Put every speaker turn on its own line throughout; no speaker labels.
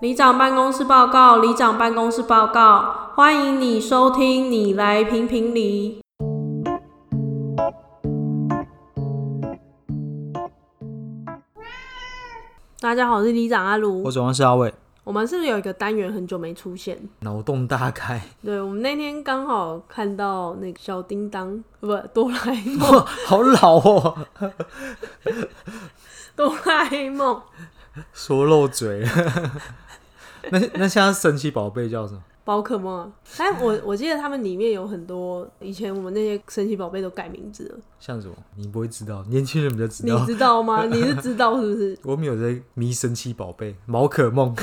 里长办公室报告，里长办公室报告，欢迎你收听，你来评评理。大家好，我是里长阿
我
卢。
转换是阿伟，
我们是不是有一个单元很久没出现？
脑洞大开，
对，我们那天刚好看到那个小叮当，不，哆啦 A 梦，
哇，好老哦，
哆啦 A 梦
说漏嘴了。那那现在神奇宝贝叫什么？
宝可梦啊。但我我记得他们里面有很多，以前我们那些神奇宝贝都改名字了。
像什么？你不会知道，年轻人比较知
你
道。
知道吗？你是知道是不是？
我们有在迷神奇宝贝、宝可梦，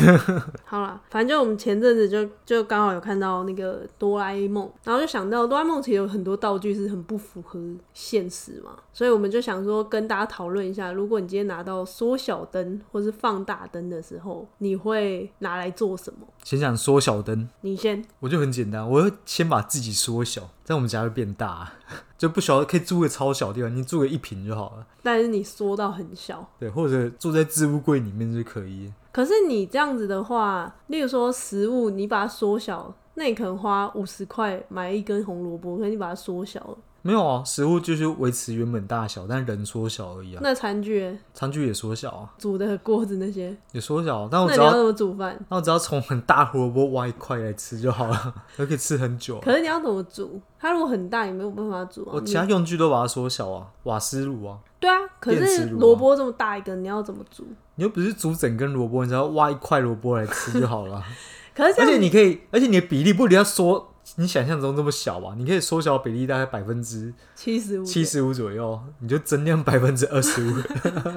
好啦，反正就我们前阵子就就刚好有看到那个哆啦 A 梦，然后就想到哆啦 A 梦其实有很多道具是很不符合现实嘛，所以我们就想说跟大家讨论一下，如果你今天拿到缩小灯或是放大灯的时候，你会拿来做什么？
先讲缩小灯，
你先，
我就很简单，我会先把自己缩小，这样我们家会变大、就不需要可以租个超小的地方，你租个一平就好了。
但是你缩到很小。
对，或者住在置物柜里面就可以。
可是你这样子的话，例如说食物，你把它缩小，那你可能花五十块买一根红萝卜，可是你把它缩小了。
没有啊，食物就是维持原本大小，但人缩小而已啊，
那餐具欸、
餐具也缩小啊。
煮的锅子那些，
也缩小，但我
那
哦只
你要
要
怎么煮饭？
那我只要从很大胡萝卜挖一块来吃就好了，我可以吃很久。啊
可是你要怎么煮？它如果很大，也没有办法煮啊。
我
你
其他用具都把它缩小啊，瓦斯炉啊，
对啊，可
电磁
是
炉啊
萝卜这么大一个，你要怎么煮？
你又不是煮整根萝卜，你只要挖一块萝卜来吃就好了。啊
可是这
而且
样，
你可以，而且你的比例不一定要缩，你想象中这么小吧？你可以缩小比例大概百分之
七十五
七十五左右，你就增量百分之二十五，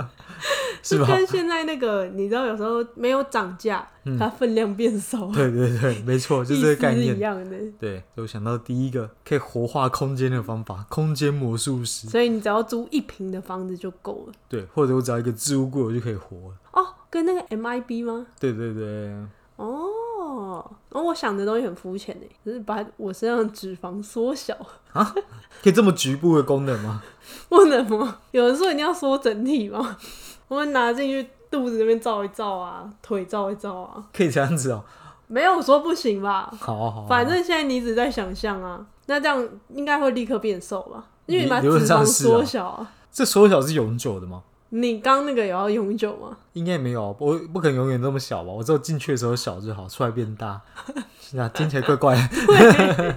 是
就
吧？
跟现在那个，你知道有时候没有涨价，它分量变少，
嗯对对对，没错，就
意
是这
思
个概
是
念
一。样的。
对，所以我想到第一个可以活化空间的方法，空间魔术师。
所以你只要租一平的房子就够了。
对，或者我只要一个置物柜，我就可以活了。
哦，跟那个 MIB 吗？
对对对，
哦，哦，我想的东西很肤浅诶，只是把我身上的脂肪缩小，
可以这么局部的功能吗？
不能吗？有人说一定要缩整体吗？ 我们拿进去肚子那边照一照啊，腿照一照啊。
可以这样子哦、
没有说不行吧？
好啊好啊，
反正现在你一直在想象啊，那这样应该会立刻变瘦吧？因为你把脂
理理论
肪
上是啊
缩小啊。
这缩小是永久的吗？
你刚那个也要永久吗？
应该没有，啊我不可能永远这么小吧？我只有进去的时候小就好，出来变大。 是啊，听起来怪怪的。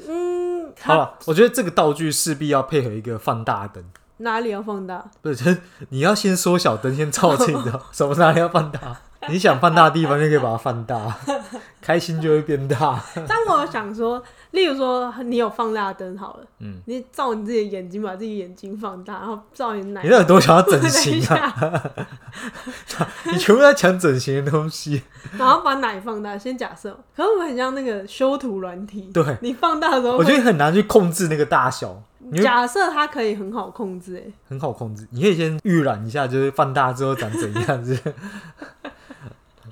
嗯，它
好了，我觉得这个道具势必要配合一个放大灯，
哪里要放 大？
不是，就是你要先缩小灯，先照镜子， 什么哪里要放大？你想放大的地方就可以把它放大，开心就会变大。
但我有想说，例如说你有放大灯好了，
嗯，
你照你自己的眼睛，把自己眼睛放大，然后照你的奶
你。到底多想要整
等一
形啊？
下，
你全部在抢整形的东西。
然后把奶放大，先假设，可是我们很像那个修图软体，
对，
你放大的时候
我
会，
觉得很难去控制那个大小，你会
假设它可以很好控制、欸，
很好控制。你可以先预览一下，就是放大之后长怎样，是不是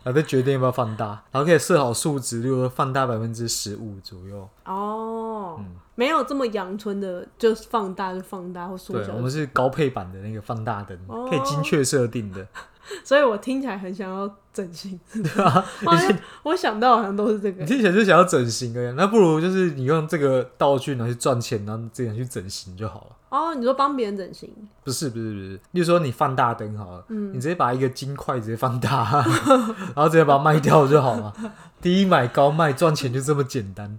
然后再决定要不要放大，然后可以设好数值，例如说放大百分之十五左右。
哦，没有这么阳春的，就是放大就放大或缩
对，
小
我，们是高配版的那个放大灯，
哦
可以精确设定的。
所以我听起来很想要整 形，好像我想到好像都是这
你
个。
听起来就想要整形而已，啊那不如就是你用这个道具拿去赚钱，然后自己去整形就好了。
哦，你说帮别人整形，
不是不是不是，例如说你放大灯好了，
嗯
你直接把一个金块直接放大， 然后直接把它卖掉就好了。低买高卖，赚钱就这么简单。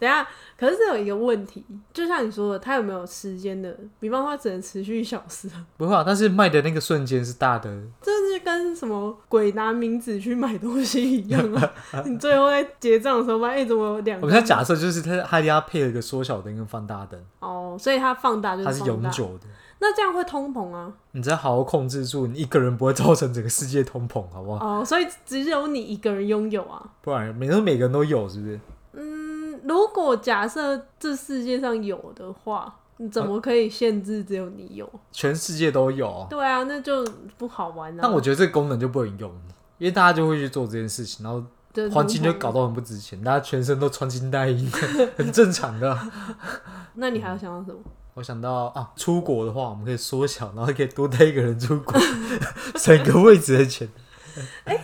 等一下，可是这有一个问题，就像你说的，他有没有时间的？比方说，他只能持续一小时，
不会啊，但是卖的那个瞬间是大的，
这是跟什么鬼拿名字去买东西一样 啊！你最后在结账的时候发现，哎、怎么有两
我
个？
们现在假设就是它它要配了一个缩小灯跟放大灯，
哦，所以它放大就
它
是
是
放
永
大。
久的。
那这样会通膨啊？
你只要好好控制住，你一个人不会造成整个世界通膨，好不好？
哦，所以只有你一个人拥有啊。
不然每个每个人都有，是不是？
嗯，如果假设这世界上有的话，你怎么可以限制只有你有？
全世界都有哦。
对啊，那就不好玩啊。
但我觉得这个功能就不能用，因为大家就会去做这件事情，然后
就
黄金就
如
搞到很不值钱，大家全身都穿金戴银， 很正常的。
同。那你还要想到什么？
我想到啊，出国的话，我们可以 缩小，然后可以多带一个人出国，省个位置的钱。
哎、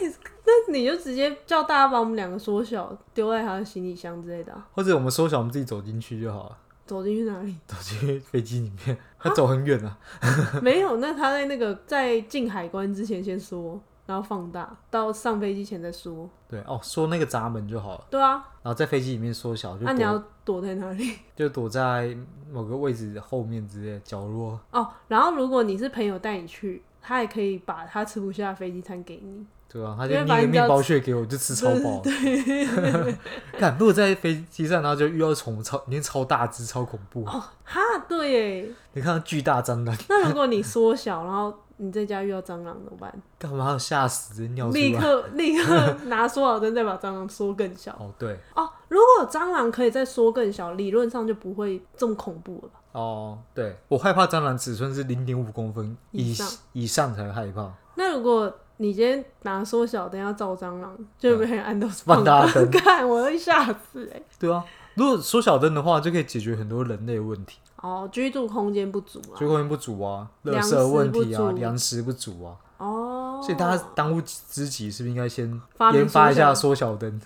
你就直接叫大家把我们两个缩小，丢在他的行李箱之类的啊、
或者我们缩小，我们自己走进去就好了，
走进去哪里？
走进去飞机里面，他走很远啊，
没有，那他在那个在进海关之前先缩，然后放大，到上飞机前再缩。
对哦，缩那个闸门就好了，
对啊，
然后在飞机里面缩小，
那、
就躲、
啊你要躲在哪里？
就躲在某个位置后面之类的角落，
哦，然后如果你是朋友带你去，他也可以把他吃不下的飞机餐给你。
对吧、他
因
就
为
捏
反
个
正
面
要
包屑给我，就吃超饱。 敢如果在飞机上，然后就遇到虫超，已经超大只，超恐怖。
哦，哈，对耶。
你看到巨大蟑螂，
那如果你缩小，然后你在家遇到蟑螂怎么办？
干嘛要吓死，直接尿出
立
来。
刻立刻拿缩小针再把蟑螂缩更小。
哦，对，
哦，如果蟑螂可以再缩更小，理论上就不会这么恐怖了吧？
哦，对，我害怕蟑螂尺寸是零点五公分
以
以
上
以上才害怕。
那如果你今天拿缩小灯要照蟑螂，就被人按到
放大 灯
看我会吓死哎、
对啊，如果缩小灯的话，就可以解决很多人类问题，
哦，居住空间不足啊
所。以后面不足啊，垃
粮食
圾问题
不
啊，
足
粮食不足啊。
哦，
所以大家当务之急是不是应该先
发明
研发一
缩小
下缩小灯，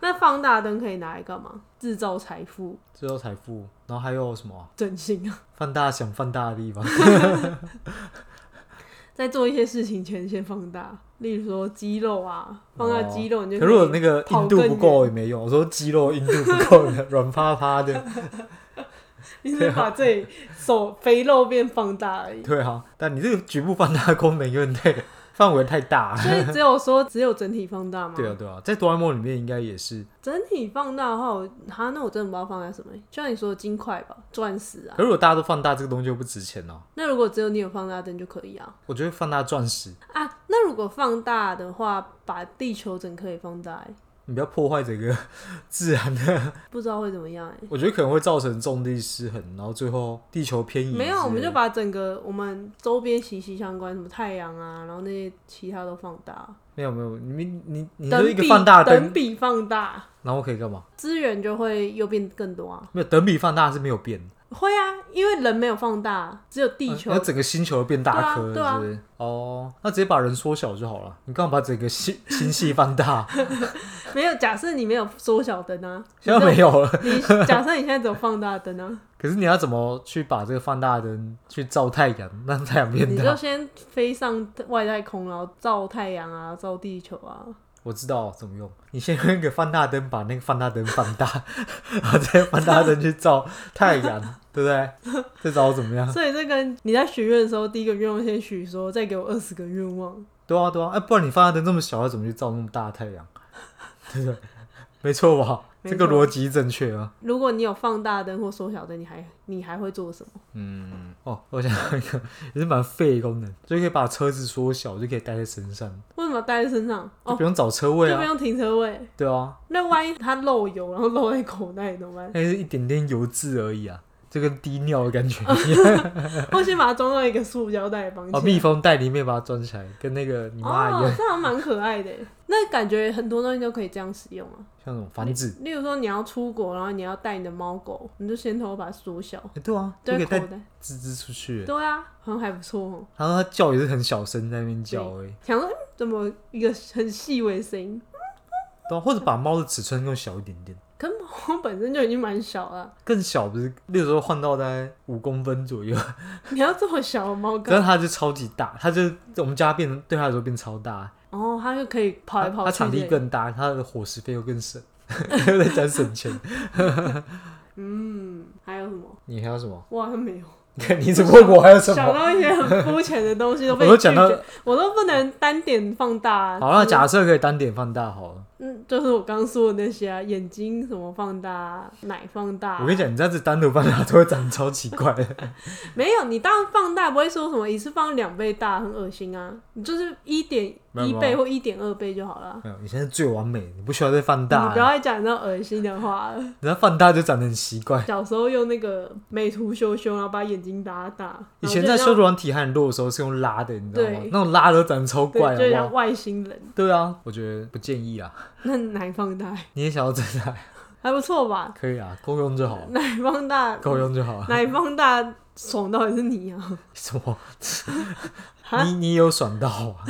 那放大灯可以拿来干嘛？制造财富、
最后财富，然后还有什么啊、
整形 啊，
放大想放大的地方，
在做一些事情前先放大，例如说肌肉啊， 放大肌肉你就
哦可如果那个
跑
硬度
更
不
远
够也没用，我说肌肉硬度不够的，软趴趴的，
你只是把这里手肥肉变放大 而已。
对啊，但你这个局部放大功能有点太范围太 大了。
所以只有说只有整体放大吗？
对啊，对啊，在哆啦 A 梦里面应该也是，
整体放大的话，我哈，那我真的不知道放在什么、欸。就像你说的金块吧，钻石啊
可。如果大家都放大这个东西就不值钱了、
那如果只有你有放大灯就可以啊
我觉得放大钻石，
啊！那如果放大的话，把地球整可以放大、欸，
你不要破坏整个自然的，
不知道会怎么样哎、
我觉得可能会造成重力失衡，然后最后地球偏移之类的。
没有，我们就把整个我们周边息息相关，什么太阳啊，然后那些其他都放大。
没有没有，你你你你就
等
一个
比
放大
等
灯，
比放大，
然后可以干嘛？
资源就会又变更多啊。
没有等比放大是没有变的。
会啊，因为人没有放大，只有地球
那整个星球变大颗，
对啊
是不是？哦，那直接把人缩小就好了。你刚把整个星 星系 放大，
没有。假设你没有缩小灯啊，
现在没有了。
你假设你现在只有放大灯啊，
可是你要怎么去把这个放大灯去照太阳，让太阳变
你就
大？
先飞上外太空，然后照太阳啊，照地球啊。
我知道怎么用。你先用一个放大灯把那个放大灯放大， 然后再放大灯去照 太阳，对不对？这招怎么样？
所以这跟你在许愿的时候，第一个愿望先许说，再给我二十个愿望。
对啊，对啊。哎、不然你放大灯这么小，要怎么去照那么大的太阳？对不对？没错吧？
没
这
错
个逻辑正确啊。
如果你有放大灯或缩小灯，你还你还会做什么？
嗯，哦，我想到一个也是蛮废的功能，就可以把车子缩小，就可以带在身上，
为什么要带在身上？
就
哦，
不用找车位
就不
啊。
用停车位。
对啊，
那万一它漏油，然后漏在口袋怎么 办？
那是一点点油渍而已啊，就跟滴尿的感觉
哦
一样。
我先把它装到一个塑胶袋绑起来。
哦，密封袋里面把它装起来，跟那个你妈一
哦
样，，
这样蛮可爱的耶。那感觉很多东西都可以这样使用啊。
像那种房子。
例如说你要出国，然后你要带你的猫狗，你就先偷把它缩小，
哎对啊，就
对
可以带
口袋。
吱吱出去。
对啊，好像还不错哦。
然后它叫也是很小声，在那边叫哎、
想说嗯怎么一个很细微的声音，
对、啊，或者把猫的尺寸弄小一点点，
可猫本身就已经蛮小了，
更小不是？例如说换到大概五公分左右，
你要这么小的猫
但
干
是
嘛？
它就超级大，它就我们家变成对它来说变超大、
哦，它就可以跑来跑
它
去
场
的
地
耶。
更大，它的伙食费又更 省，又在讲省钱。
嗯，还有什么？
你还有什么？
我好像没有。
你看你一直问我还有什
想
么？
到一些很肤浅的东西都被
我都讲到
拒绝我都不能单点放大、啊。
好，那
就是
假设可以单点放大好了。
嗯，就是我刚说的那些啊，眼睛什么放大啊，奶放大啊、
我跟你讲，你这样子单独放大都会长得超奇怪 的。
没有，你当然放大不会说什么一次放两倍大，很恶心啊。你就是一点
没
一
有没有
倍或一点二倍就好了啊。
没有，你现在最完美，你不需要再放
你
大啊
不要
了，
再讲那种恶心的话了。
你要放大就长得很奇怪。
小时候用那个美图秀秀，然后把眼睛拉大。
以前在修
然后
图软体很弱的时候是用拉的，你知道吗
对？
那种拉的都长得超
就
怪，
像对，就
好
像
不好？
外星人。
对啊，我觉得不建议啊。
那奶放大
你也想要真的
还不错吧？
可以啊，够用就好，
奶放大，
够用就好。
奶放大爽到底是你啊？
什么？
哈
你你有爽到 啊？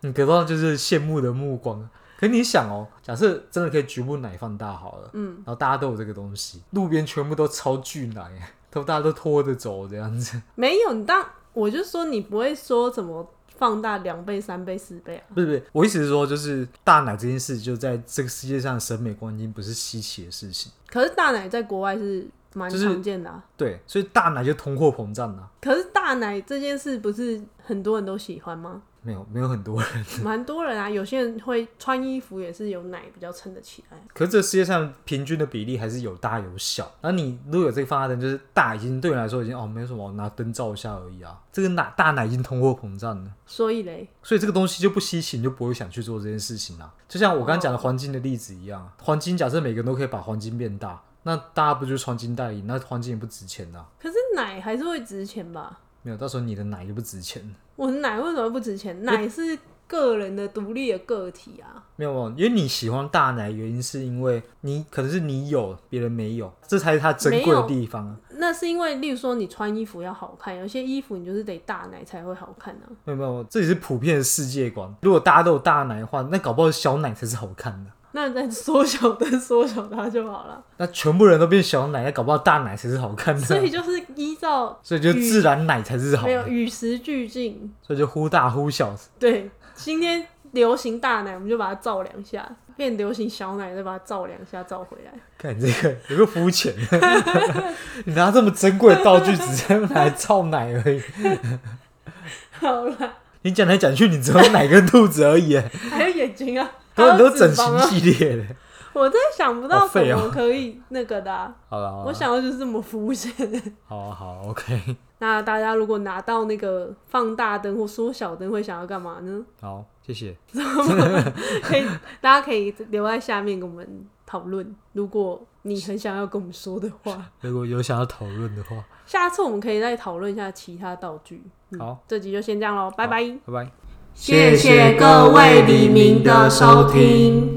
你得到就是羡慕的目光。啊可你想哦，假设真的可以局部奶放大好了，
嗯，
然后大家都有这个东西，路边全部都超巨奶，都大家都拖着走这样子，
没有，你当我就说你不会说怎么放大两倍、三倍、四倍啊？
不是不是，我意思是说，就是大奶这件事，就在这个世界上审美观已经不是稀奇的事情，
可是大奶在国外是蛮
就是
常见的啊。
对，所以大奶就通货膨胀了、
可是大奶这件事不是很多人都喜欢吗？
没有没有很多人。
蛮多人啊，有些人会穿衣服也是有奶比较撑得起来。
可是这世界上平均的比例还是有大有小。然后你如果有这个放大灯，就是大已经对你来说已经哦没有什么，我拿灯照一下而已啊。这个奶大奶已经通货膨胀了，
所以嘞，
所以这个东西就不稀奇，你就不会想去做这件事情啦、就像我刚刚讲的黄金的例子一样，黄金假设每个人都可以把黄金变大，那大家不就穿金戴银？那黄金也不值钱啦、
可是奶还是会值钱吧？
没有，到时候你的奶就不值钱。
我的奶为什么不值钱？奶是个人的独立的个体啊。
没有，没有因为你喜欢大奶，原因是因为你可能是你有，别人没有，这才是它珍贵
没
的
有
地方啊。
那是因为，例如说你穿衣服要好看，有些衣服你就是得大奶才会好看啊。
没有没有，这里是普遍的世界观。如果大家都有大奶的话，那搞不好小奶才是好看的。
那你再缩小灯缩小它就好了。
那全部人都变小奶，那搞不好大奶才是好看的。
所以就是依照
所以就自然奶才是好
没有
的，
与时俱进，
所以就忽大忽小。
对，今天流行大奶，我们就把它照两下；变流行小奶，再把它照两下，照回来。
看你这个有个肤浅， 你拿这么珍贵的道具，只是拿来造奶而已。
好了，
你讲来讲去，你只有奶跟兔子而已，
还有眼睛啊，
都
还有
都
脂
整
肪
形
啊，
系列的。
我真的想不到
好
什
废哦
么可以那个的啊、
好 了好
我
了，
想到就是这么肤浅。
好啊好啊，OK，
那大家如果拿到那个放大灯或缩小灯，会想要干嘛呢？
好，谢谢。
可以，大家可以留在下面跟我们讨论。如果你很想要跟我们说的话，
如果有想要讨论的话，
下次我们可以再讨论一下其他道具。嗯
好，
这集就先这样喽，拜拜。
拜拜。
谢谢各位黎明的收听。